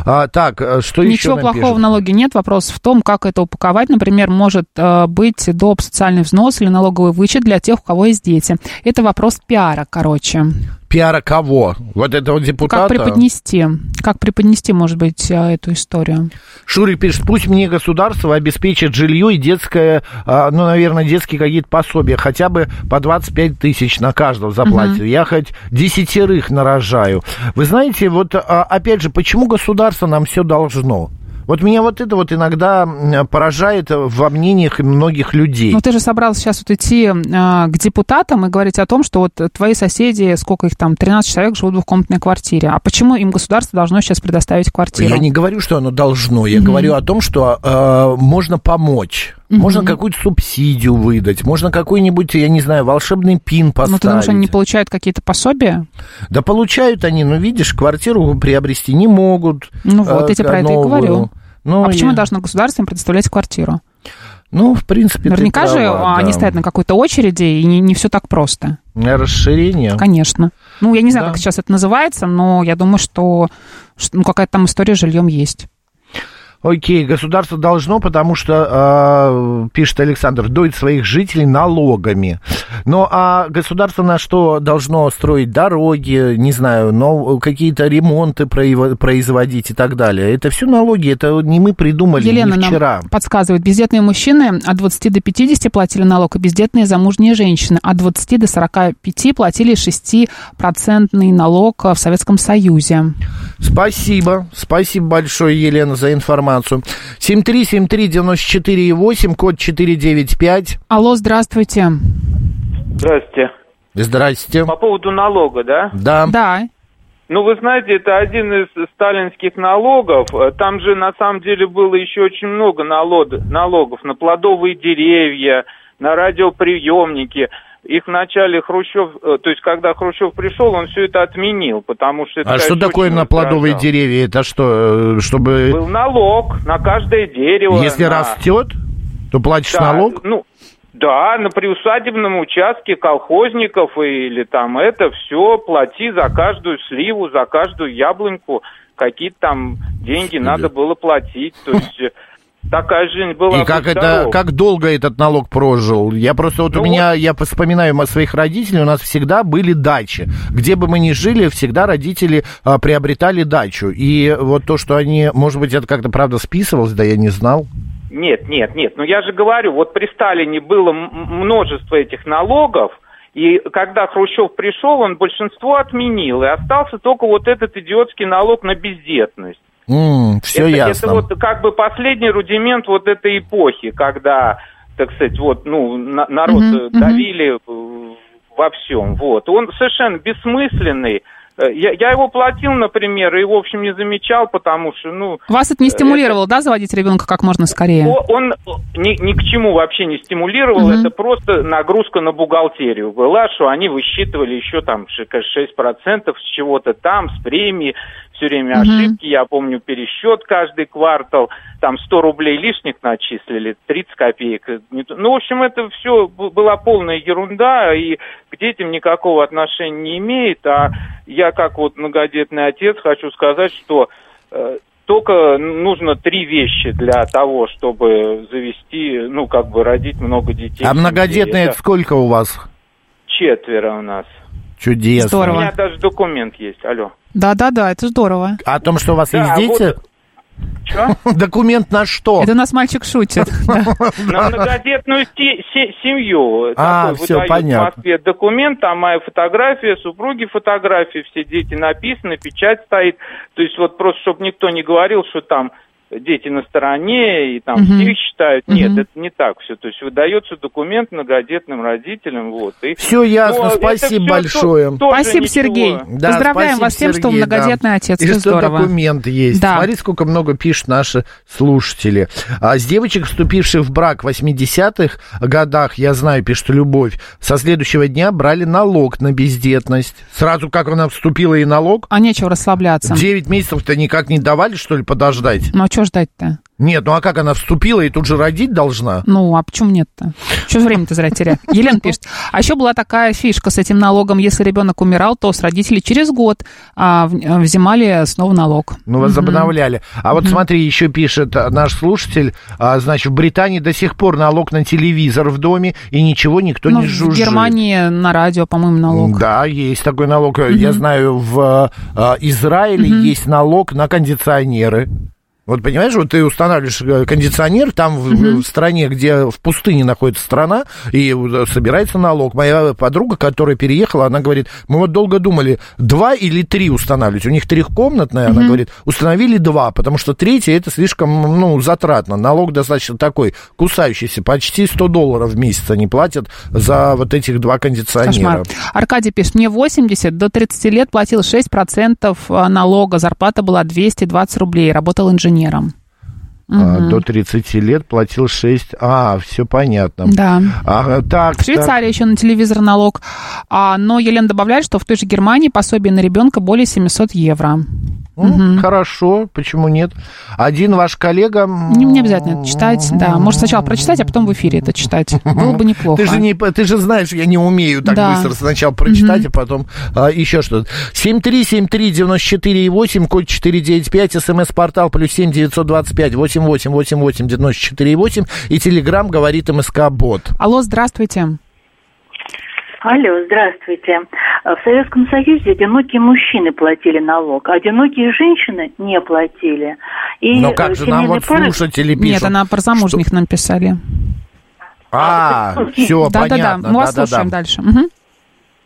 А, так, э, что еще
Ничего
нам
плохого
пишут?
в налоге нет. Вопрос в том, как это упаковать. Например, может э, быть доп. социальный взнос или налоговый вычет для тех, у кого есть дети. Это вопрос пиара, короче.
Пиара кого? Вот этого депутата?
Ну, Как преподнести? Как преподнести, может быть, э, эту историю?
Шурик пишет, пусть мне государство обеспечит жилье и детское, а, ну, наверное, детские какие-то пособия, хотя бы по 25 тысяч на каждого заплатит. Я хоть десятерых нарожаю. Вы знаете, вот а, опять же, почему государство нам все должно? Вот меня вот это вот иногда м, поражает э, во мнениях многих людей.
Ну, ты же собрался сейчас вот идти э, к депутатам и говорить о том, что вот твои соседи, сколько их там, 13 человек живут в двухкомнатной квартире. А почему им государство должно сейчас предоставить квартиру?
Я не говорю, что оно должно. Я говорю о том, что э, можно помочь. Можно какую-то субсидию выдать, можно какой-нибудь, я не знаю, волшебный пин поставить.
Ну, ты думаешь, они не получают какие-то пособия?
Да получают они, ну видишь, квартиру приобрести не могут.
Ну вот,
э,
я тебе про это и
новую.
говорю.
Ну,
а почему
и-
должно государство им предоставлять квартиру?
Ну, в принципе, ты
Наверняка же
права,
а,
да.
они стоят на какой-то очереди, и не, все так просто.
На расширение.
Конечно. Ну, я не знаю, как сейчас это называется, но я думаю, что, что, ну, какая-то там история с жильем есть.
Окей, государство должно, потому что, э, пишет Александр, дует своих жителей налогами. Ну, а государство на что должно строить дороги, не знаю, но какие-то ремонты проиво- производить и так далее. Это все налоги, это не мы придумали,
Елена
не вчера.
нам подсказывает, бездетные мужчины от 20 до 50 платили налог, и бездетные замужние женщины от 20 до 45 платили 6-процентный налог э, в Советском Союзе.
Спасибо. Спасибо большое, Елена, за информацию. 7373948, код 495.
Алло, здравствуйте.
Здравствуйте.
Здрасте.
По поводу налога, да?
Да.
Да.
Ну, вы знаете, это один из сталинских налогов. Э, Там же, на самом деле, было еще очень много налог- налогов на плодовые деревья, на радиоприемники. Их в начале Хрущев, э, то есть, когда Хрущев пришел, он все это отменил, потому что... это,
А что
конечно,
такое
очень
на плодовые
раздражало.
деревья? Это что, э, чтобы...
Был налог на каждое дерево.
Если
на-
растет, то платишь
Да,
налог?
Ну, да, на приусадебном участке колхозников или там это все, плати за каждую сливу, за каждую яблоньку, какие-то там деньги надо было платить. То есть э, такая жизнь была.
И как
будь
это,
здоров.
как долго этот налог прожил? Я просто
Ну
вот у меня, я вспоминаю мо- своих родителей, у нас всегда были дачи. Где бы мы ни жили, всегда родители а, приобретали дачу. И вот то, что они, может быть, это как-то правда списывалось, да я не знал.
Нет, нет, нет. Но я же говорю, вот при Сталине было м- множество этих налогов, и когда Хрущев пришел, он большинство отменил, и остался только вот этот идиотский налог на бездетность.
все
это,
ясно.
это вот как бы последний рудимент вот этой эпохи, когда, так сказать, вот, ну, на- народ
Мгм,
э,
мгм.
давили э, во всем. Вот. Он совершенно бессмысленный. Э, Я, я его платил, например, и, в общем, не замечал, потому что, ну...
Вас это не
э,
стимулировало, да, заводить ребенка как можно скорее?
о- Он ни, ни к чему вообще не стимулировал,
Мгм.
это просто нагрузка на бухгалтерию была, что они высчитывали еще там ш- 6% с чего-то там, с премии, все время
Мгм.
ошибки, я помню пересчет каждый квартал, там 100 рублей лишних начислили, 30 копеек. Не то- Ну, в общем, это все была полная ерунда, и к детям никакого отношения не имеет, а я как вот многодетный отец хочу сказать, что э, только нужно три вещи для того, чтобы завести, ну, как бы родить много детей.
А многодетные
Это
это сколько у вас?
Четверо у нас.
Чудесно.
У меня даже документ есть, алло.
Да-да-да, это здорово.
А о том, что у вас
Да,
есть дети?
вот Чё?
[laughs] Документ на что?
Это у нас мальчик шутит.
На многодетную се- се- семью.
А,
Такой
всё,
выдают
понятно.
В Москве документ, там моя фотография, супруги фотографии, все дети написаны, печать стоит. То есть вот просто, чтобы никто не говорил, что там дети на стороне и там
Мгм.
всех считают. Нет,
Мгм.
это не так все. То есть выдается документ многодетным родителям. Вот. И,
Все ясно,
Ну, это
спасибо
всё
большое.
то- тоже
Спасибо,
ничего.
Сергей.
Да,
Поздравляем
спасибо,
вас с тем, что вы
Сергей, да.
многодетный отец.
И
Это
что
здорово.
документ есть.
Да.
Смотри, сколько много пишут наши слушатели. А с девочек, вступивших в брак в 80-х годах, я знаю, пишет Любовь, со следующего дня брали налог на бездетность. Сразу как она вступила и налог,
А нечего расслабляться.
9 месяцев-то никак не давали, что ли, подождать?
Ну а что ждать-то?
Нет, ну а как она вступила и тут же родить должна?
Ну, а почему нет-то? Что время-то зря
[laughs]
терять? Елена пишет. А еще была такая фишка с этим налогом. Если ребенок умирал, то с родителей через год а, в- а, взимали снова налог.
Ну, возобновляли. А вот смотри, еще пишет а, наш слушатель, а, значит, в Британии до сих пор налог на телевизор в доме, и ничего никто
Ну,
не
в
жужжит.
Германии на радио, по-моему, налог.
Да, есть такой налог. Э, Я знаю, в э, Израиле есть налог на кондиционеры. Вот понимаешь, вот ты устанавливаешь э, кондиционер там в, в стране, где в пустыне находится страна, и э, собирается налог. Моя подруга, которая переехала, она говорит, мы вот долго думали, два или три устанавливать. У них трехкомнатная, она говорит, установили два, потому что третья это слишком, ну, затратно. Налог достаточно такой, кусающийся, почти 100 долларов в месяц они платят за вот этих два кондиционера.
Кошмар. Аркадий пишет, мне 80, до 30 лет платил 6% а, налога, зарплата была 220 рублей, работал инженером.
А, До 30 лет платил 6. А, все понятно.
Да.
А, так,
В Швейцарии еще на телевизор налог. А, но Елена добавляет, что в той же Германии пособие на ребенка более 700 евро.
так. Ну, Хорошо, почему нет? Один ваш коллега... м,
Не, не обязательно это читать, да. Может, сначала прочитать, а потом в эфире это читать. Было бы неплохо.
Ты же, не, по- ты же знаешь, я не умею так
Да.
быстро сначала прочитать, а потом а, еще что-то. 7373948, код 495, смс-портал плюс 7 925 8888 948 и телеграмм говорит МСК-бот.
Алло, здравствуйте.
Алло, здравствуйте. Э, В Советском Союзе одинокие мужчины платили налог, а одинокие женщины не платили. И
Но как
э,
же нам
семейные
вот
пары-
слушатели пишут?
Нет, она про замужних нам писали. [laughs]
А, все, понятно.
Да-да-да, мы вас
да-да-да.
слушаем дальше. Мгм.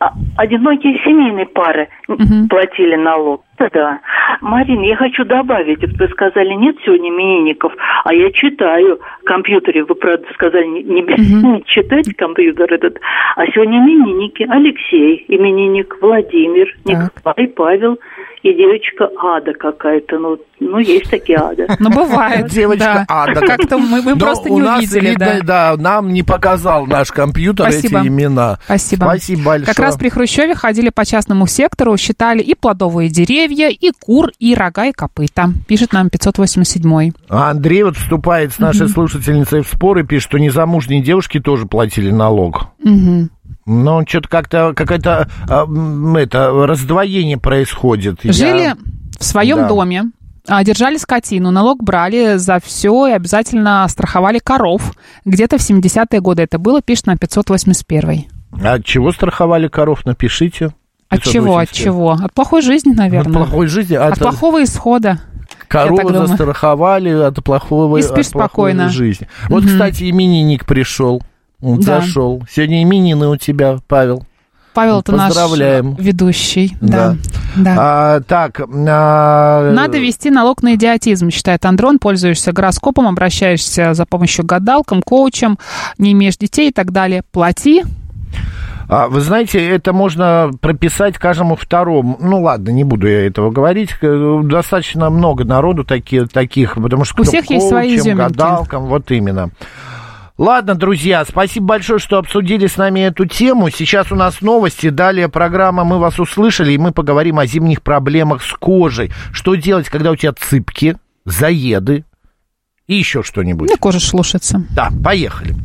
а, Одинокие семейные пары м, платили налог. Да, да. Марина, я хочу добавить, вот вы сказали, нет сегодня именинников, а я читаю в компьютере, вы, правда, сказали, не, не бе- не читать компьютер этот, а сегодня именинники, Алексей, именинник, Владимир, Николай, Павел и девочка Ада какая-то, ну, ну есть такие Ада.
Ну, бывает.
Девочка
да.
Ада.
Как-то мы, мы
Но
просто
у
не
нас,
увидели,
видно,
да.
да. нам не показал наш компьютер
Спасибо.
эти имена.
Спасибо.
Спасибо большое.
Как раз при Хрущеве ходили по частному сектору, считали и плодовые деревья, и кур, и рога, и копыта. Пишет нам 587-й.
А Андрей вот вступает с нашей слушательницей в споры, пишет, что незамужние девушки тоже платили налог.
Мгм.
Но что-то как-то какое-то а, м, это раздвоение происходит. Я-
Жили в своем
Да.
доме, а, держали скотину, налог брали за все и обязательно страховали коров. Где-то в 70-е годы это было, пишет на 581-й.
А От чего страховали коров? Напишите.
От чего, от
587.
чего? От плохой жизни,
От
наверное.
плохой жизни, а
От
от,
плохого исхода. я так
коровы
думаю.
застраховали, от плохого
И
от
спишь
плохой
спокойно.
жизни. Вот, кстати, именинник пришел. Он
Да.
зашел. Сегодня именины у тебя, Павел.
Павел, это наш
Поздравляем.
ведущий. Да. да.
А, так. а,
Надо вести налог на идиотизм, считает Андрон. Пользуешься гороскопом, обращаешься за помощью к гадалкам, коучам, не имеешь детей и так далее. Плати.
а, Вы знаете, это можно прописать каждому второму. Ну ладно, не буду я этого говорить. Э, Достаточно много народу такие, таких, потому что
У
кто
всех есть свои
коучем,
изюминки.
гадалкам, вот именно. Ладно, друзья, спасибо большое, что обсудили с нами эту тему. Сейчас у нас новости, далее программа «Мы вас услышали», и мы поговорим о зимних проблемах с кожей. Что делать, когда у тебя цыпки, заеды и еще что-нибудь.
Ну, Да кожа слушается.
Да, поехали.